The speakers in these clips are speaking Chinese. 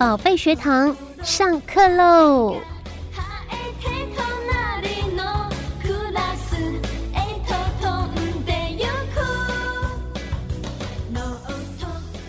宝贝学堂上课喽！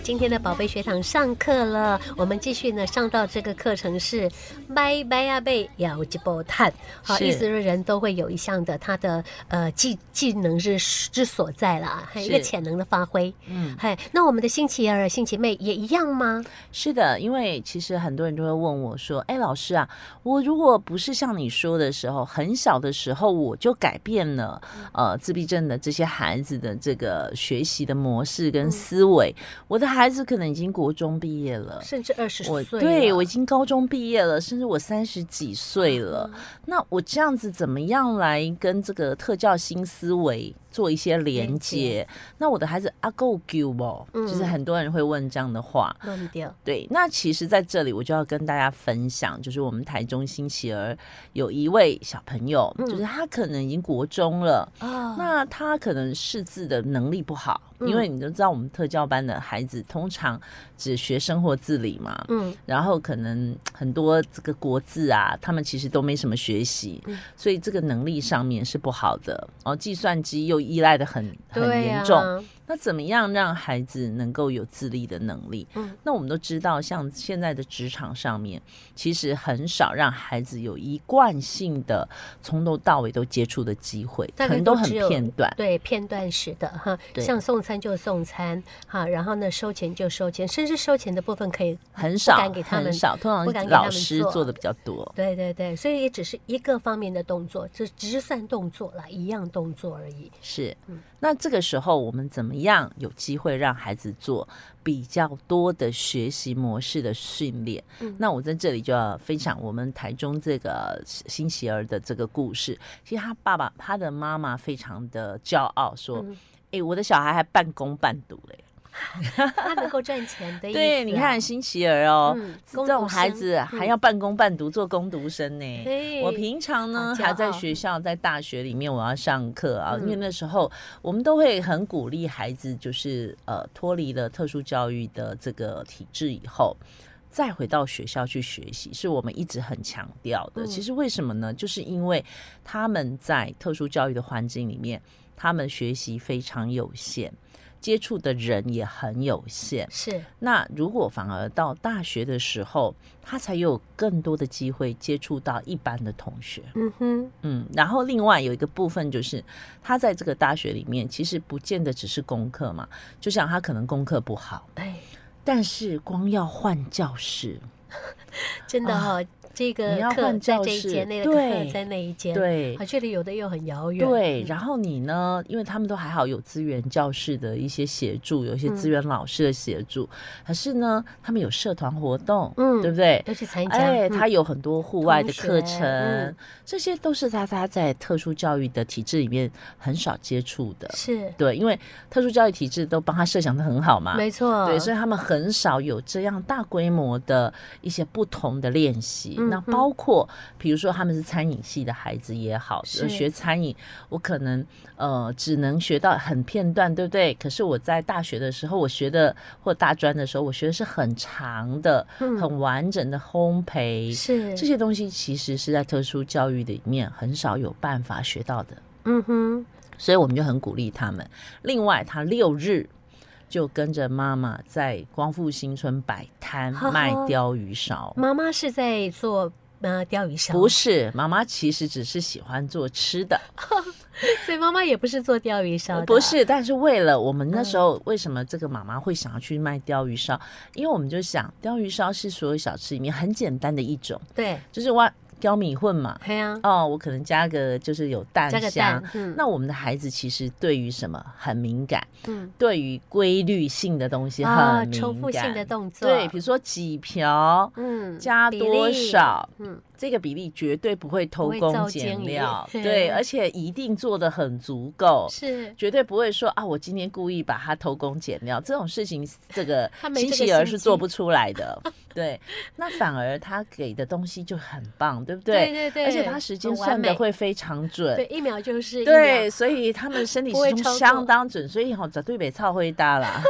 今天的宝贝学堂上课了，我们继续呢上到这个课程是拜拜啊贝要吉波探，好，是意思是人都会有一项的他的呃技技能是之所在啦，还有一个是潜能的发挥。嗯，嘿，那我们的星期儿、星期妹也一样吗？是的，因为其实很多人都会问我说：“哎，老师啊，我如果不是像你说的时候，很小的时候我就改变了嗯呃自闭症的这些孩子的这个学习的模式嗯跟思维，我的孩子可能已经国中毕业了。”甚至二十我岁了，对我已经高中毕业了，甚至我三十几岁了。嗯那我这样子怎么样来跟这个特教新思维做一些连连接接？那我的孩子阿够 Q 不？就是嗯很多人会问这样的话。弄掉，对，那其实在这里我就要跟大家分享，就是我们台中新奇儿有一位小朋友，嗯就是他可能已经国中了，哦那他可能识字的能力不好，嗯因为你都知道我们特教班的孩子通常只学生活自理嘛，嗯然后可能很多这个国字啊，他们其实都没什么学习，嗯所以这个能力上面是不好的。哦，计算机又依赖的很很对啊严呀重。那怎么样让孩子能够有自立的能力？嗯那我们都知道，像现在的职场上面，其实很少让孩子有一贯性的从头到尾都接触的机会，大可概能都都很只有片段。对，片段式的哈，对像送餐就送餐哈，然后呢收钱就收钱，甚至收钱的部分可以，很少敢给，他们很少，通不敢常给他们老师做做的比较多。对对对，所以也只是一个方面的动作，这只是算动作啦，一样动作而已。是嗯，那这个时候我们怎么样有机会让孩子做比较多的学习模式的训练？嗯那我在这里就要分享我们台中这个新奇儿的这个故事。其实他爸爸他的妈妈非常的骄傲，说：“哎、嗯我的小孩还半工半读嘞、他能够赚钱 的意思、啊对，你看，新奇儿哦，嗯这种孩子工读生嗯还要半工半读做工读生呢、嘿我平常呢好骄傲还在学校，在大学里面我要上课啊，嗯因为那时候我们都会很鼓励孩子，就是呃脱离了特殊教育的这个体制以后。再回到学校去学习，是我们一直很强调的。嗯其实为什么呢？就是因为他们在特殊教育的环境里面，他们学习非常有限，接触的人也很有限。是那如果反而到大学的时候，他才有更多的机会接触到一般的同学。嗯哼，嗯，然后另外有一个部分就是，他在这个大学里面，其实不见得只是功课嘛，就像他可能功课不好，哎，但是光要换教室，真的哈、这个啊你要课换在教这一室间，那个对课在那一间，对啊，距离有的又很遥远，对，然后你呢？因为他们都还好有资源教室的一些协助，有一些资源老师的协助，可是呢，他们有社团活动，嗯对不对？要去参加，嗯哎，他有很多户外的课同程，学嗯这些都是他他在特殊教育的体制里面很少接触的。是对，因为特殊教育体制都帮他设想的很好嘛，没错，啊对，所以他们很少有这样大规模的一些不同的练习。嗯那哼包括比如说他们是餐饮系的孩子也好，呃是学餐饮，我可能呃只能学到很片段，对不对？可是我在大学的时候，我学的或大专的时候，我学的是很长的、嗯很完整的烘焙。是这些东西其实是在特殊教育里面很少有办法学到的。嗯哼，所以我们就很鼓励他们。另外，他六日就跟着妈妈在光复新村摆摊卖鲷鱼烧。妈妈是在做呃钓鱼烧，不是，妈妈其实只是喜欢做吃的，所以妈妈也不是做钓鱼烧的，不是。但是为了我们那时候，为什么这个妈妈会想要去卖鲷鱼烧？因为我们就想，鲷鱼烧是所有小吃里面很简单的一种，对，就是挖鲷米混嘛。嘿呀、哦，我可能加个就是有蛋加个香蛋。，嗯，那我们的孩子其实对于什么很敏感，嗯对于规律性的东西啊，很敏感，重复性的动作，对，比如说几瓢嗯加比多例少，嗯这个比例绝对不会偷不会造工奸减淫料，对对，而且一定做的很足够。是绝对不会说啊，我今天故意把它偷工减料这种事情，这个 他没这新个奇儿心是机做不出来的。 对，那反而他给的东西就很棒，对不对对？对对，而且他时间很完算的美会非常准。对一秒就是一对，秒，所以他们身体不会始终超过相 当准，所以吼、绝对别超会搭啦。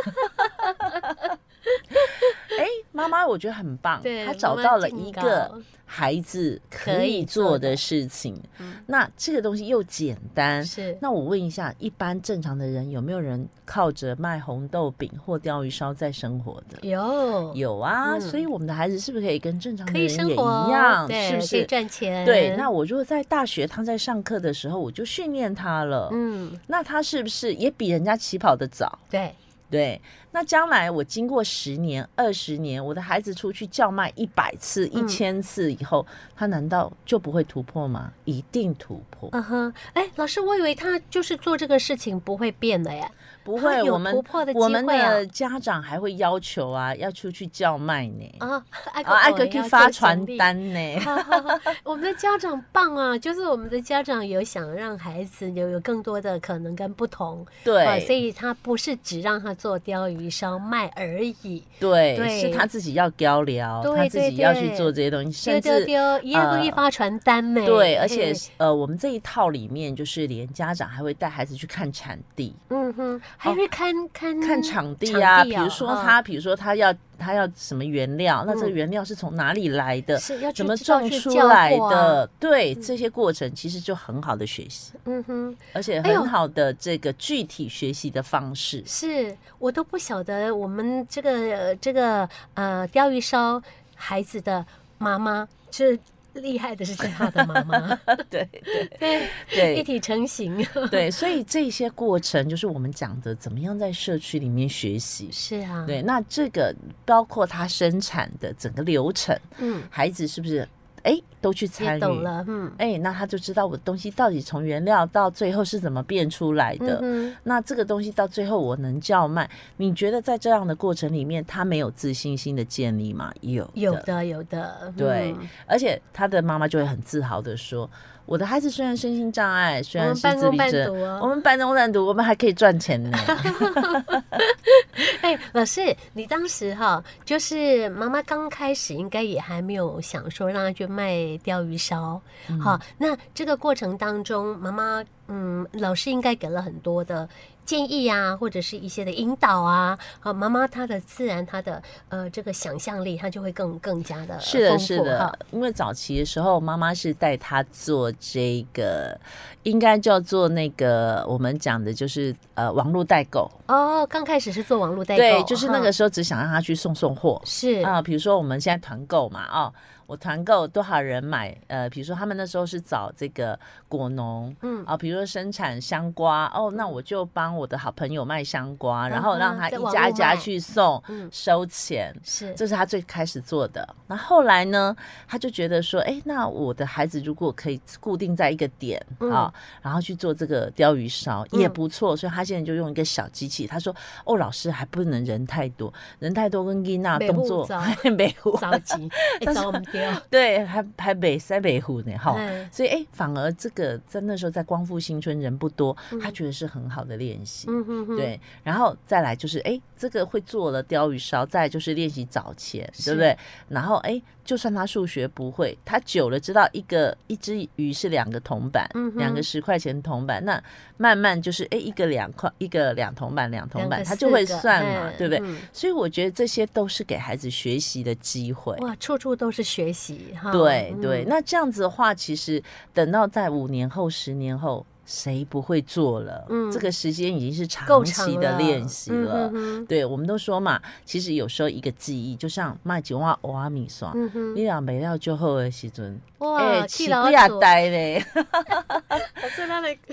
哎，妈妈妈我觉得很棒，对她找妈妈到了进一高个孩子可可以以做做的的事情嗯。那这个东西又简单，是那我问一下，一般正常的人有没有人靠着卖红豆饼或鲷鱼烧在生活的？有有啊，嗯所以我们的孩子是不是可以跟正常的可以人生也活，哦一样，对是不可以是？赚钱？对，那我如果在大学他在上课的时候，我就训练他了，嗯，那他是不是也比人家起跑的早？对，对，那将来我经过十年、二十年，我的孩子出去叫卖一百次、一嗯千次以后，他难道就不会突破吗？一定突破，嗯哼，哎，老师，我以为他就是做这个事情不会变的耶。不他会。有我们突破的我机们会啊的家长还会要求啊，要出去叫卖呢，啊，爱啊，爱国个去去发传。单 呢。哈哈哈我们的家长棒啊，就是我们的家长有想让孩子有有更多的可能跟不同，啊，所对以他不是只让他做鲷鱼烧卖而已，对，对是他自己要交流，他对自对己要对去做这些东西，丢甚丢至丢，一样东西呃发传单呢、对，而且嘿呃，我们这一套里面就是连家长还会带孩子去看产地。嗯哼，还会看、看哦看场地啊，嗯场比地哦如说嗯他，比如说他要他要什么原料，那这个嗯原料是从哪里来的？是要去怎么知道种去出教来过啊的？对，这些过程其实就很好的学习，嗯哼，而且哎呦很好的这个具体学习的方式。是我都不晓得我们这个、呃这个呃鲷鱼烧孩子的妈妈是厉害的是他的妈妈，对 对对，一对体成型，对，所以这些过程就是我们讲的怎么样在社区里面学习。是啊，，对，那这个包括他生产的整个流程，嗯，孩子是不是哎都去参也与？懂了，嗯，哎、那他就知道我的东西到底从原料到最后是怎么变出来的。嗯哼那这个东西到最后我能叫卖，你觉得在这样的过程里面，他没有自信心的建立吗？有的，有的有的，对嗯而且他的妈妈就会很自豪的说：“我的孩子虽然身心障碍，虽我们然是半自工闭半症，读哦我们半工半读，我们还可以赚钱 呢。哎，老师，你当时哈，就是妈妈刚开始应该也还没有想说让她去卖鲷鱼烧，嗯好，那这个过程当中，妈妈嗯，老师应该给了很多的建议啊，或者是一些的引导啊，啊，妈妈她的自然她的呃这个想象力，她就会更更加的是的，呃丰是富哈的，因为早期的时候，妈妈是带他做这个，应该叫做那个我们讲的就是呃网络代购。哦，刚开始是做网络代购，对，就是那哈个时候只想让他去送送货是啊，比如说我们现在团购嘛，哦，我团购多少人买？呃，比如说他们那时候是找这个果农。嗯，啊，比如说生产香瓜哦，那我就帮我的好朋友卖香瓜，然后让他嗯在一网家络一家卖去送，嗯收钱，是这是他最开始做的。那后来呢，他就觉得说，哎，那我的孩子如果可以固定在一个点啊、嗯然后去做这个鲷鱼烧也嗯不错，所以他现在就用一个小机器。他说，哦，老师还不能人太多，人太多跟伊娜不动作走还 没糊，着急，哎，找我 们丢，对，还还北塞北糊呢哈。哎所以，哎，反而这个在那时候在光复新村人不多，他嗯觉得是很好的练习。嗯哼哼，对，然后再来就是，哎，这个会做了鲷鱼烧，再来就是练习找钱，对不对？然后，哎，就算他数学不会，他久了知道一个一只鱼是两个铜板，嗯哼两个十块钱铜板，那慢慢就是，哎，一个两块，一个两铜板，两两铜板，个他就四会个算嘛，哎对不对？嗯所以我觉得这些都是给孩子学习的机会。哇，处处都是学习哈。对嗯对，那这样子的话，其实等到在五年后、十年后，谁不会做了？嗯这个时间已经是够长长期的了练习了。嗯哼对，我们都说嘛，其实有时候一个记忆，就像卖几碗欧阿米刷，嗯哼，你俩没料就后的时阵，哇，起替哎不老亚鼠，呆 嘞。可是他的他来的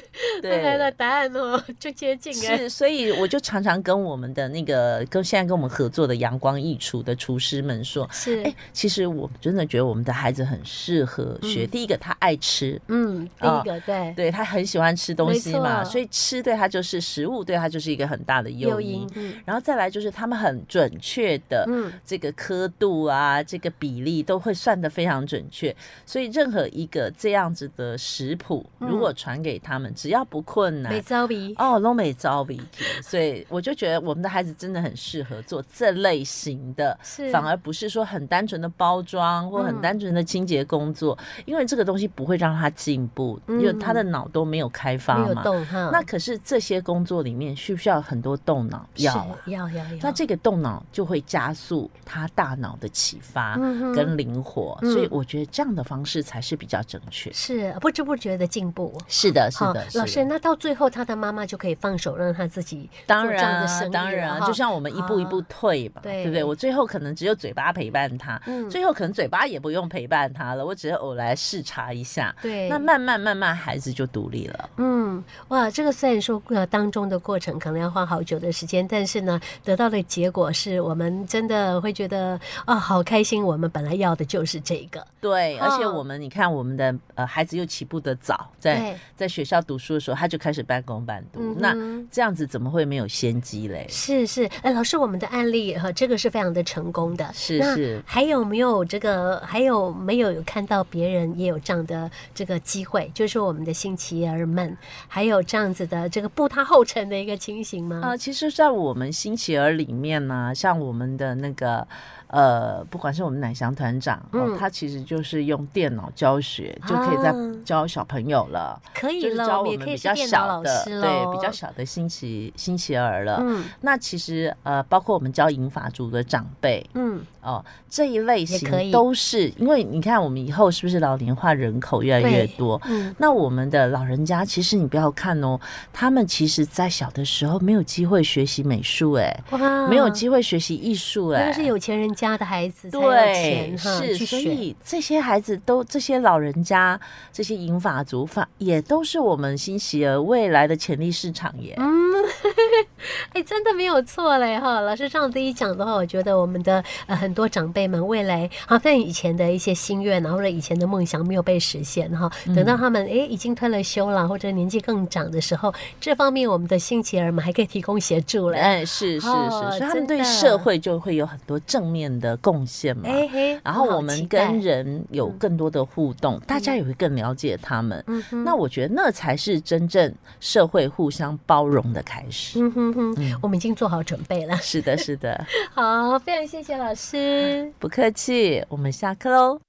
对，答案哦，就接近哎，是，所以我就常常跟我们的那个跟现在跟我们合作的阳光艺厨的厨师们说，是哎，其实我真的觉得我们的孩子很适合学。嗯第一个，他爱吃，嗯，第一啊个对，对他很喜欢吃东西没嘛，错所以吃对他就是食物，对他就是一个很大的诱因。嗯然后再来就是他们很准确的嗯这个刻度啊，这个比例都会算得非常准确。所以任何一个这样子的食谱，嗯如果传给他们，只要不困没难。招鼻。哦，都没招鼻涕，所以我就觉得我们的孩子真的很适合做这类型的，是，反而不是说很单纯的包装或嗯很单纯的清洁工作，因为这个东西不会让他进步，因为他的脑都没有开发嗯没有嘛。动哈，那可是这些工作里面需不需要很多动脑？要啊。是要要要，那这个动脑就会加速他大脑的启发嗯哼跟灵活，嗯所以我觉得这样的方式才是比较正确。是不知不觉的进步。是的，是好的，，是老的师，那到最后他的妈妈就可以放手让他自己当做这样的生意然，当了然，哈就像我们一步一步啊退吧，对对不对？我最后可能只有嘴巴陪伴他，嗯最后可能嘴巴也不用陪伴他了，我只是偶来视察一下。对，那慢慢慢慢，孩子就独立了。嗯，哇，这个虽然说呃当中的过程可能要花好久的时间，但是呢，得到的结果是我们真的会觉得啊、好开心。我们本来要的就是这个，对，而且嗯我们你看，我们的呃孩子又起步的早，在对在学校读书的时候，他就开始半工半读嗯，那哼这样子怎么会没有先机嘞？是是，呃，老师，我们的案例和、呃这个是非常的成功的。是那是还有没有这个？还有没有有看到别人也有这样的这个机会？就是我们的星期儿们，还有这样子的这个步他后尘的一个情形吗？ 啊、其实，在我们星期儿里面呢、像我们的那个呃，不管是我们奶翔团长，嗯哦，他其实就是用电脑教学、就可以在啊教小朋友了，可以就是了，教们我也们可以比是较电脑小老的，师喽。对，比较小的星期星期儿了。嗯那其实呃，包括我们教银发族的长辈嗯，哦，这一类也可以型都是因为你看我们以后是不是老龄化人口越来对越多，嗯，那我们的老人家，其实你不要看哦，他们其实在小的时候没有机会学习美术，哎，哇，没有机会学习艺术，嗯那哎个，是有钱人家的孩子才有对钱，哈，是，去所选以这些孩子都，这些老人家，这些银发族发，也都是我们新奇儿未来的潜力市场耶。嗯， 哎，真的没有错嘞哈！老师这样子一讲的话，我觉得我们的呃很多长辈们未来好像以前的一些心愿啊，或者以前的梦想没有被实现哈，嗯等到他们哎已经退了休了，或者年纪更长的时候，这方面我们的新奇儿们还可以提供协助嘞。哎，是是是，哦所以他真们对的社会就会有很多正面的贡献嘛。哎嘿，嗯然后好我期们待跟，人有嗯更多的互动，大家嗯也会更了解他们。嗯哼，那我觉得那才是真正社会互相包容的开始。嗯哼哼，嗯 我们已经做好准备了。 是的，是的，好，非常谢谢老师。不客气，我们下课喽。